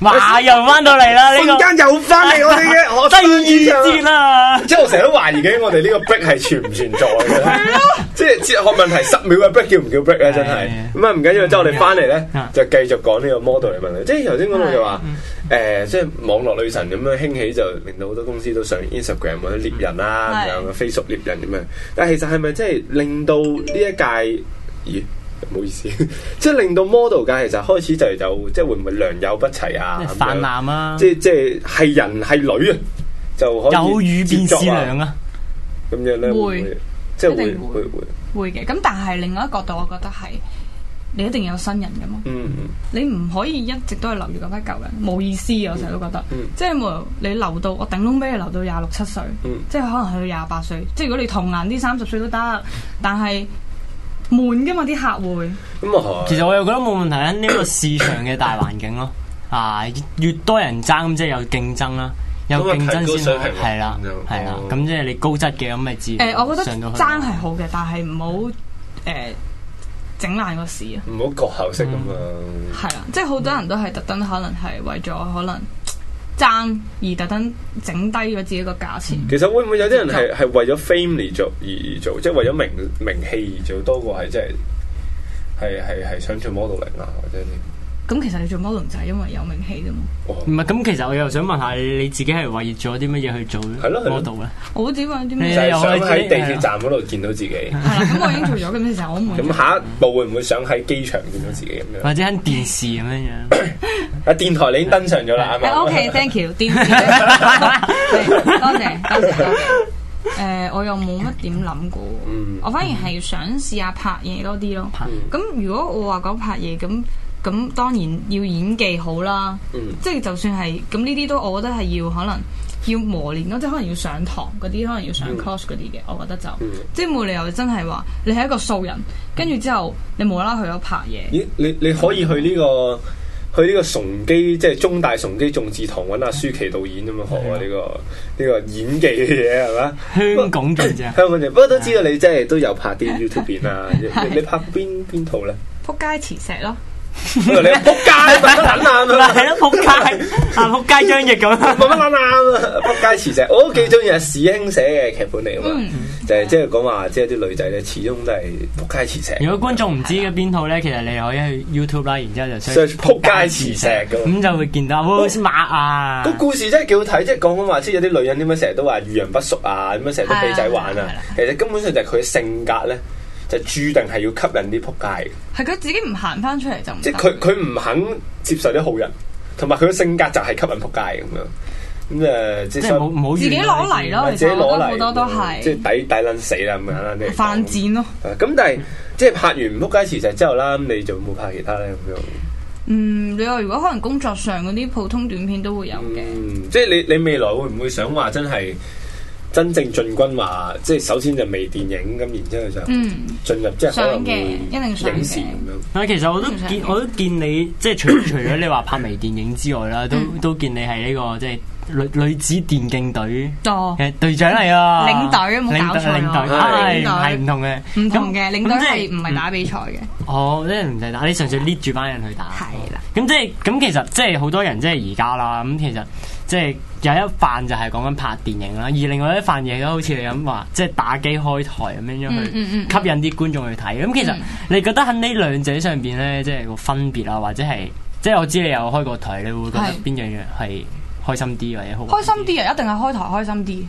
哇！又翻到嚟啦，啊呢瞬個間又翻嚟我哋嘅 我第二節啦，即係我成日都懷疑緊我哋呢個 break 係存唔存在嘅，即係哲學問題十秒嘅 break 叫唔叫 break 咧？真係咁啊，唔緊要，即係我哋翻嚟咧嗯就繼續講呢個 model 嘅問題。即係頭先講到就話嗯誒，即係網絡女神咁樣興起，就令到好多公司都上 Instagram 或者獵人啦，係咁樣 Facebook 獵人咁樣。但係其實係咪即係令到呢一屆？咦，唔好意思， 即係令到 model 界其實開始就有即係會唔會良莠不齊啊？咁樣泛濫啊，即係即係係人係女啊，就可以有雨便是接觸良啊，咁樣咧，會唔會會即係一會定會會會，會嘅。咁但係另外一個角度，我覺得係你一定有新人噶嘛，嗯嗯你唔可以一直都係留住嗰班舊人，冇意思啊嘅。我成日都覺得，嗯即係冇你留到我頂窿俾你留到廿六七歲，嗯即係可能去到廿八歲。即係如果你童顏啲三十歲都得，但係悶噶嘛啲客會。嗯咁啊係其實我又覺得冇問題啊，呢個市場嘅大環境咯，啊，越多人爭咁即係有競爭啦，有競咁啊提高爭水先平咯係啦咁就，係啦哦，咁即係你高質嘅咁咪自誒、然我覺得上到去爭係好嘅，但係唔好誒整爛個市啊。唔好割喉式咁啊，嗯係啊，即係好多人都係特登，可能係為咗可能爭而特登整低咗自己個價錢。其實會唔會有啲人係係為咗 fame 而做而而做，即係為咗名名氣而做，多過係即係係係係想做 modeling 啊，或者啲哦咁其實你做 model 就係因為有名氣啫嘛。哇唔係咁，其實我又想問下你你自己係為咗啲乜嘢去做係咯係咯 model 咧？我只為啲你就咩？係想又可以啊嗯喺自己地鐵站嗰度見到自己。係啦，咁我已經做咗，咁其實我唔會。咁啊下一步會唔會想喺機場見到自己咁樣？或者喺電視咁樣樣，啊，電台你已經登上咗嗯啦，啱誒啱？ OK，thank you，電視多謝多謝多謝。誒、我又冇乜點諗過，嗯我反而係想試下拍嘢多啲咯。拍咁如果我話講拍嘢，咁咁當然要演技好啦。嗯即係就算係咁呢啲都，我覺得係要可能要磨練咯，即係可能要上堂嗰啲，可能要上 course 嗰啲嘅，我覺得就、嗯即係冇理由真係話你係一個素人，跟住之後你無啦啦去咗拍嘢。咦，你你可以去呢、個去呢個崇基，即係中大崇基眾志堂揾阿舒淇導演咁樣學啊！呢、個呢、個演技嘅嘢係嘛？香港做 啫。香港就不過都知道你真係都有拍啲 YouTube 片啦。你你拍邊邊套咧？撲街磁石咯，你話你仆街，乜乜撚啊咁嗱，樣！係咯，仆街，啊，仆街張譯咁乜乜撚啊！仆街磁石，我都幾中意阿史兄寫嘅劇本嚟噶嘛，就係即係講話，即係啲女仔咧，始終都係仆街磁石。如果觀眾唔知嘅邊套咧，其實你可以去 YouTube 啦，然之後就 search 撲街磁石咁啊咁就會見到好似馬啊個，故事真係幾好睇，即係講緊話，即係有啲女人點解成日都話遇人不淑啊，點解成日都俾仔玩係啊啦？其實根本上就係佢嘅性格咧，就注定係要吸引啲撲街嘅，係佢自己唔行翻出嚟就唔即得。係佢佢唔肯接受啲好人，同埋佢嘅性格就係吸引撲街咁樣。咁誒，即即係係冇所冇自己攞嚟咯以自己攞嚟，其實我覺得好多都係即係抵抵撚死啦咁樣啦。你犯賤咯。啊咁但係即係拍完《撲街磁石》之後啦，咁你就冇拍其他咧咁樣。嗯，你話如果可能工作上嗰啲普通短片都會有嘅，嗯，即係你你未來會唔會想話真係真正進軍話，即係首先就微電影咁，然之後就嗯，進入即係可能會想嘅一定想嘅影視咁樣。但係其實我都通常見係我都見你，即 係除除咗你話拍微電影之外啦，都嗯都見你係呢個即係女女子電競隊多嘅隊長嚟啊，領隊冇搞錯啊領隊係係係唔同嘅，唔同嘅，咁領隊咁即係唔係打比賽嘅？哦，即係唔使打，你純粹 lead 住班人去打。係啦咁即係咁，其實即係好多人即係而家啦。咁其實即係有一範就係講緊拍電影啦，而另外一範嘢都好似你咁話，即係打機開台咁樣樣去嗯嗯嗯吸引啲觀眾去睇。咁其實嗯你覺得喺呢兩者上邊咧，即係個分別啊，或者係即係我知你有開過台，你會覺得係邊樣嘢係開心啲或者好玩開心啲啊，一定係開台開心啲。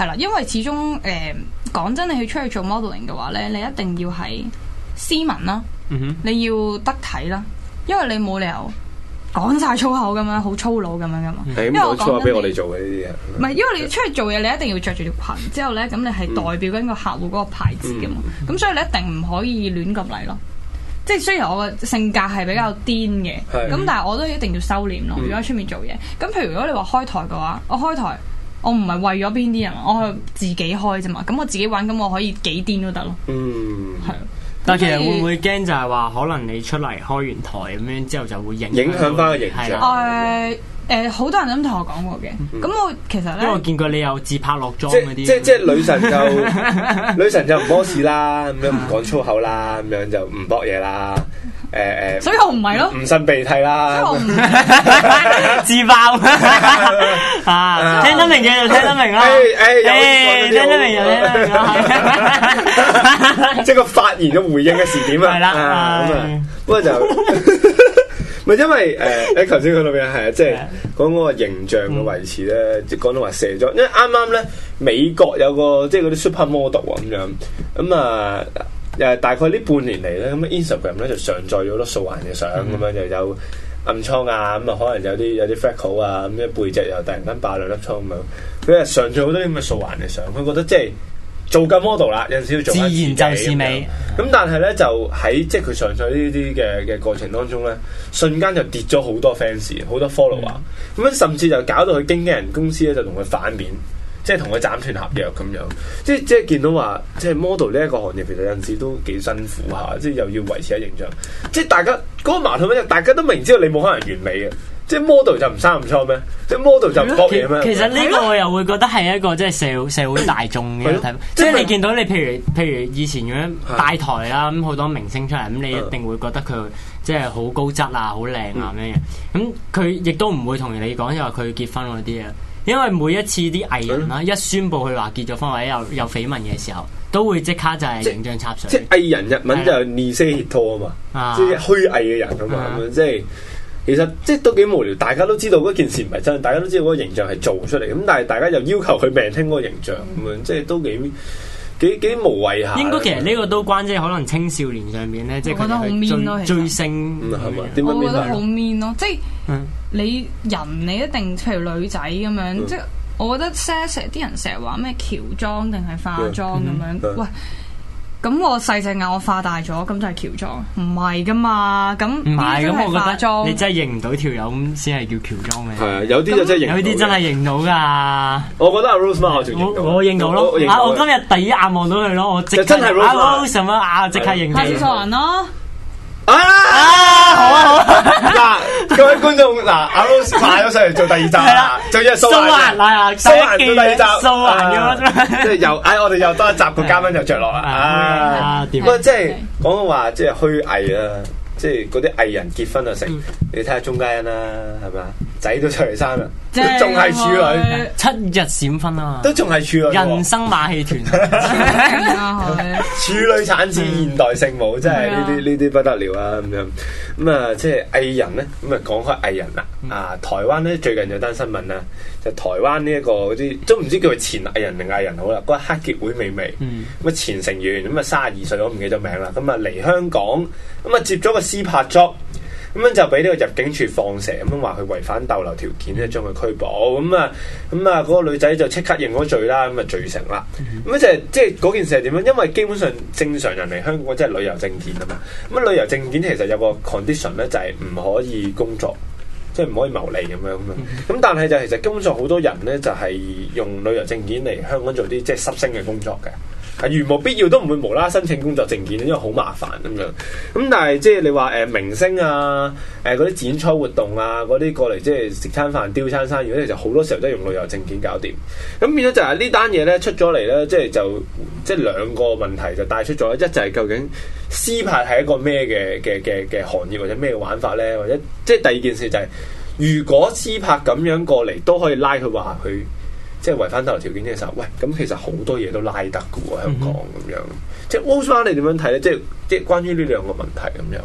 係啦，因為始終誒講真，你去出去做 modeling 嘅話咧，你一定要係斯文啦，嗯哼你要得體啦，因為你冇理由講晒粗口咁樣，好粗魯咁樣噶嘛。嗯係因咁為講我粗話講俾我緊哋你。做嘅呢唔係，因為你要出去做嘢，你一定要着住條裙之後咧，咁你係代表緊個客戶嗰個牌子嘅嘛，咁、所以你一定唔可以亂咁嚟咯。即係雖然我嘅性格係比較癲嘅，係咁但係我都一定要收斂咯。如果喺出面做嘢，咁譬如如果你話開台嘅話，我開台我唔係為咗邊啲人，啊我係自己開啫嘛。咁我自己玩，咁我可以幾癲都得咯。啲嘢。嗯，係，但係其實所以會唔會驚就係話，可能你出嚟開完台咁樣之後就會影影響返個形係象啦誒、誒，好、多人都咁同我講過嘅。咁、我其實因為我咧，見過你有自拍落妝嗰啲，即即即女神 就女神就唔屙屎啦，咁樣唔講粗口啦，咁樣就唔搏嘢啦。誒所以我唔係咯誒，唔擤鼻涕所以啦我。唔嗯 自爆啊！聽得明嘅就聽得明啦，誒誒哎有誒聽得明就聽得明啦。 即係個發言嘅回應嘅時點啊，係啦啊咁唉啊，不過就 咪因為誒，你頭先講到邊啊？係啊，即係講嗰個形象嘅維持嗯咧，即係講到話卸妝，因為啱啱咧美國有個即係嗰啲 super model 啊咁樣，咁啊誒大概呢半年嚟咧，咁啊 Instagram 咧就上載咗好多素顏嘅相嗯咁樣，就有暗瘡啊，咁啊可能有啲有啲 freckle 啊，咁一背脊又突然間爆兩粒瘡咁樣，佢係上載好多啲咁嘅素顏嘅相，佢覺得即係。做緊 model 啦，有陣時要做返自然自己就是美咁樣咁但係咧就喺即係佢上載呢啲嘅嘅過程當中咧，瞬間就跌咗好多 fans，好多 follower，咁嗯樣、甚至就搞到佢經紀人公司咧就同佢反面，即係同佢斬斷合約咁樣，即係即係見到話即係 model 呢一個行業其實有陣時都幾辛苦嚇，即係又要維持喺形象，即係大家嗰、個矛盾咧，大家都明知道你冇可能完美嘅，即係 model 就唔生唔錯咩？即係 model 就唔搏嘢咩？其實呢個我又會覺得係一個即係社會社會大眾嘅係睇咯法，即即係係你見到你譬如譬如以前咁樣大台啦，咁好多明星出嚟，咁你一定會覺得佢即係好高質啊、好靚啊咁樣嘅。嗯咁佢亦都唔會同你講，因為佢結婚嗰啲啊，因為每一次啲藝人嗯啦一宣布佢話結咗婚或者有有緋聞嘅時候，都會即刻就係影張插即水係藝人日文就係 n i s e h i t o 啊嘛。啊即。係虛偽嘅人咁嘛，咁樣即係其實即係都幾無聊。大家都知道嗰件事唔係真，大家都知道嗰個形象係做出嚟，咁但係大家又要求佢命聽嗰個形象咁樣，即係都幾幾幾無謂下。應該其實呢個都關即係可能青少年上面咧，即係我覺得好佢 mean 哋咯去其追實追星嗯係咁樣咪？點樣我覺變得好態？ mean 咯，即係嗯你人你一定譬如女仔咁樣，嗯即係我覺得 s 成啲人成日話咩喬裝定係化妝咁樣，嗯喂。咁我細隻眼我化大咗，咁就係喬裝，唔係噶嘛？咁唔係咁，呢啲真係我化覺得你妝，真係認唔到條友咁先係叫喬裝係啊，嘅。有啲就真係有認到嘅啲真係，認到㗎，我覺得阿 Rose Ma 我仲認到，我我認到咯我認。啊，到我今日第一眼望到佢咯，我即刻就真係 Rose 啊啊 Rose 咁樣啊，即刻認下次佢。素顏咯，啊，啊！好啊好啊，嗱，各位觀眾，嗱，阿 Rose 爬咗上嚟做第二集係啦啦，就一蘇蘇顏顏啦。啦，蘇顏第一件到第二集，蘇顏啊咁即係又，唉，我哋又多一集個嘉賓又着落啦，啊啊啊，點不過係即係講到話即係虛偽啦，即係嗰啲藝人結婚就啊成嗯，你睇下鍾嘉欣啦，係咪啊？仔都出嚟生啦，都正啊仲係處女，佢樣，七日閃婚啊都仲係處女人喎，生馬戲團， 正啊佢處女產子嗯現代聖母，真係呢啲係啊呢啲不得了啊！咁樣咁啊，即係藝人咧，咁啊講開藝人啦，嗯啊台灣咧最近有單新聞啦，就台灣呢一個嗰啲都唔知叫佢前藝人定藝人好啦，嗰個黑傑會美眉。嗯，咁啊前成員咁啊三十二歲，我唔記得名啦。咁啊嚟香港，咁啊接咗個私拍 job，咁啊樣就俾呢個入境處放蛇，咁樣啊話佢違反逗留條件咧，將佢拘捕。咁啊咁啊嗰個女仔就即刻認咗罪啦，咁啊罪成啦。咁就係即係嗰件事係點樣？因為基本上正常人嚟香港即係旅遊證件啊嘛。咁啊旅遊證件其實有個 condition 咧，就係唔可以工作。即係唔可以牟利咁樣咁樣，咁但係就其實根本上好多人咧就係用旅遊證件嚟香港做啲即係濕星嘅工作嘅，啊係如無必要都唔會無啦啦申請工作證件，因為好麻煩咁樣。咁但係即係你話誒、明星啊，誒嗰啲展出活動啊，嗰啲過嚟即係食餐飯、丟餐生意咧，其實好多時候都係用旅遊證件搞掂。咁變咗就係呢單嘢咧出咗嚟咧，即係就即係兩個問題就帶出咗，一就係究竟私拍係一個咩嘅嘅嘅嘅行業或者咩玩法咧，或者即係第二件事就係、如果私拍咁樣過嚟都可以拉佢話佢。即係違反逗留條件嘅時候，喂，咁其實好多嘢都拉得嘅喎，香港咁樣。即係 o s m a 你點樣睇咧？即係即係關於呢兩個問題咁樣。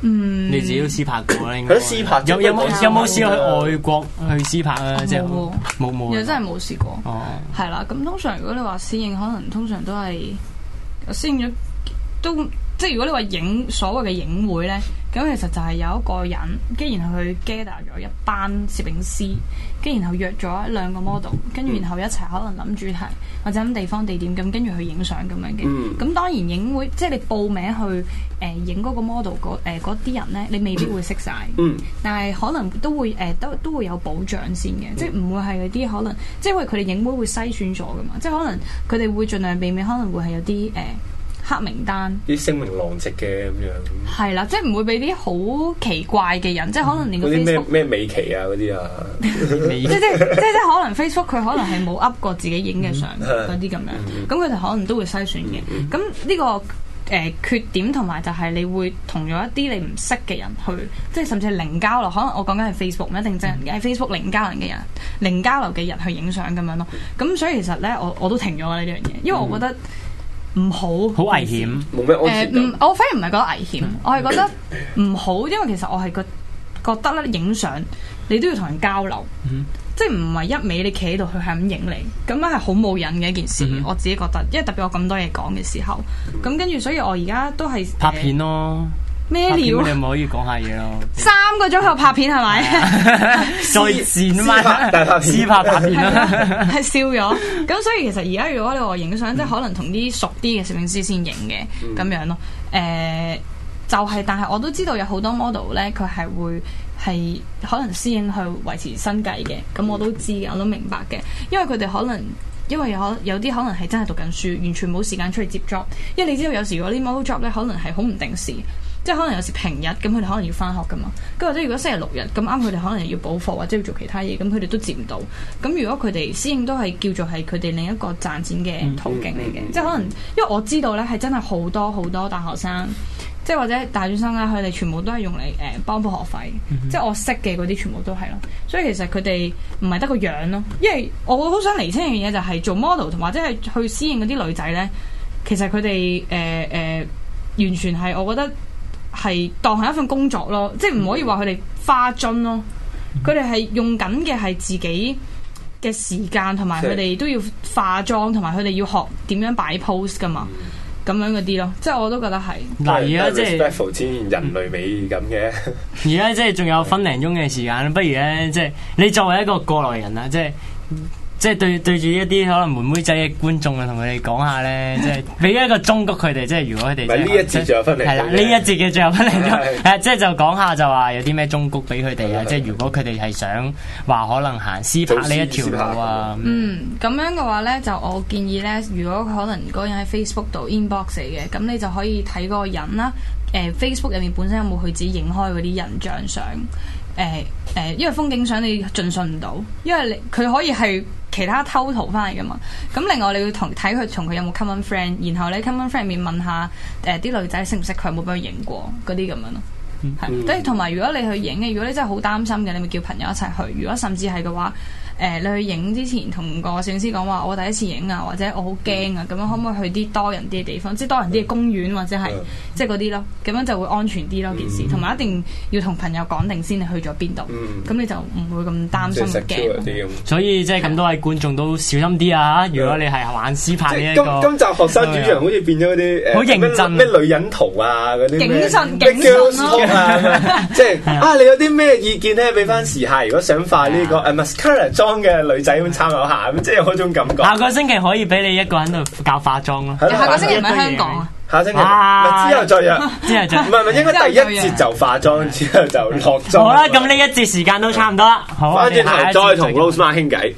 嗯，你自己都私拍過啦，應該係咯私拍有有冇有冇試過冇去外國去私拍啊？即係冇喎冇冇啊，又真係冇試過。哦。係啦，咁通常如果你話私影，可能通常都係私影咗都即係如果你話影所謂嘅影會呢，咁其實就係有一個人，跟住然後佢 gather 咗一班攝影師，跟住然後約咗一兩個 model，跟住然後一齊可能諗主題或者諗地方地點咁，跟住去影相咁樣嘅。嗯咁當然影會即係你報名去誒影嗰個 model 嗰誒嗰啲人呢，你未必會識晒。嗯但係可能都會誒、呃都都會有保障先嘅，嗯即係唔會係嗰啲可能，即係因為佢哋影會會篩選咗噶嘛，即係可能佢哋會盡量避免，可能會係有啲誒、呃黑名單。啲聲名狼藉嘅咁樣，係啦，即係唔會俾啲好奇怪嘅人，即係可能連個嗰啲咩 Facebook，咩美琪啊嗰啲啊，你即係即係即係即係可能 Facebook 佢可能係冇 up 過自己影嘅相嗯嗰啲咁樣，咁佢哋可能都會篩選嘅。咁呢個誒缺點同埋就係你會同咗一啲你唔識嘅人去，即係甚至係零交流。可能我講緊係 Facebook 唔一定真人嘅，係 Facebook 零交流嘅人，零交流嘅人去影相咁樣咯。咁所以其實咧，我我都停咗啦呢樣嘢，因為我覺得唔好，好危險。 冇咩安誒全嗯唔感。，我反而唔係覺得危險，我係覺得唔好，因為其實我係覺覺得咧影相你都要同人交流，嗯即係唔係一味你企喺度佢係咁影你，咁樣啊係好冇癮嘅一件事。嗯哼我自己覺得，因為特別我咁多嘢講嘅時候，咁跟住所以我而家都係拍片咯，誒咩拍片料啊你咪可以講下嘢 咯，三個鐘頭拍片係啊咪？再剪私拍 大拍翻，片私拍拍片啦，係笑咗。咁所以其實而家如果你話影相，即係可能同啲熟啲嘅攝影師先影嘅咁樣咯。誒、就係、但係我都知道有好多 model 咧，佢係會係可能私影去維持生計嘅。咁我都知嘅，我都明白嘅，因為佢哋可能。因為有可有啲可能係真係讀緊書，完全冇時間出去接 job。因為你知道有時嗰啲 model job 咧，可能係好唔定時，即係可能有時平日咁，佢哋可能要翻學噶嘛。跟住或者如果星期六日咁啱，佢哋可能要補課或者要做其他嘢，咁佢哋都接唔到。咁如果佢哋私影都係叫做係佢哋另一個賺錢嘅途徑嚟嘅，嗯嗯嗯即係可能因為我知道咧係真係好多好多大學生。即係或者大專生啦，佢哋全部都係用嚟誒、呃、幫補學費， 即係我識嘅嗰啲全部都係咯。所以其實佢哋唔係得個樣咯，因為我好想釐清一樣嘢就係做 model 同或者係去私影嗰啲女仔咧，其實佢哋誒誒完全係我覺得係當係一份工作咯，即係唔可以話佢哋花樽咯，佢哋係用緊嘅係自己。嘅時間同埋即係佢哋都要化妝，同埋佢哋要學點樣擺 pose 噶嘛，嗯咁樣嗰啲咯，即係我都覺得係。嗱而家即係。 respectful 先人類美感嘅，而家即係仲有分零鐘嘅時間，不如咧即係你作為一個過來人啦，啊即係。即係對對住一啲可能妹妹仔嘅觀眾啊，同佢哋講下 咧，即係俾一個忠告佢哋，即係如果佢哋唔係呢一節仲有分零鐘係啦，呢一節嘅最後分零鐘， 啊係係即係就講下就話有啲咩忠告俾佢哋係啊，係即係如果佢哋係想話可能行私拍呢一條路啊，嗯，咁樣嘅話呢，就我建議呢，如果可能嗰個人喺 Facebook 度 inbox 嚟嘅，咁你就可以睇嗰個人啦。誒、Facebook 入面本身有冇佢自己影開嗰啲人像相？誒、誒、因為風景相你盡信唔到，因為你佢可以係其他偷圖翻嚟噶嘛。咁另外你要同睇佢同佢有冇 common friend，然後呢 common friend 入面問下誒啲、女仔識唔識佢，有冇俾佢影過嗰啲咁樣咯。係，跟住同埋如果你去影嘅，如果你真係好擔心嘅，你咪叫朋友一齊去。如果甚至係嘅話，誒、呃你去影之前同個攝影師講話，我第一次影啊，或者我好驚嗯啊，咁樣可唔可以去啲多人啲嘅地方，即係多人啲嘅公園或者係嗯即係嗰啲咯，咁樣就會安全啲咯件事，同埋一定要同朋友講定先你去咗邊度，嗯咁你就唔會咁擔即心係驚 secure 咯。啲咁。所以即係咁多位觀眾都小心啲啊！如果你係玩私即拍呢係一今個，啊今集學生主場好似變咗嗰啲誒好認真咩咩女人圖啊嗰啲咩警訊咩警訊 girls 咯 talk 啊咁樣，即係啊你有啲咩意見咧？俾翻時下，如果想化呢啊個誒 mascara 妝嘅女仔咁參考下，咁即係有嗰種感覺。下個星期可以俾你一個人喺度教化妝咯，係咯下個星期唔喺香港啊，下星期哇咪之後 再約，之後就唔。係唔係應該第一節就化妝， 之後就落妝。好啦，咁呢一節時間都差唔多啦，好，翻我哋轉下一頭節再同見 Rose Ma 傾偈。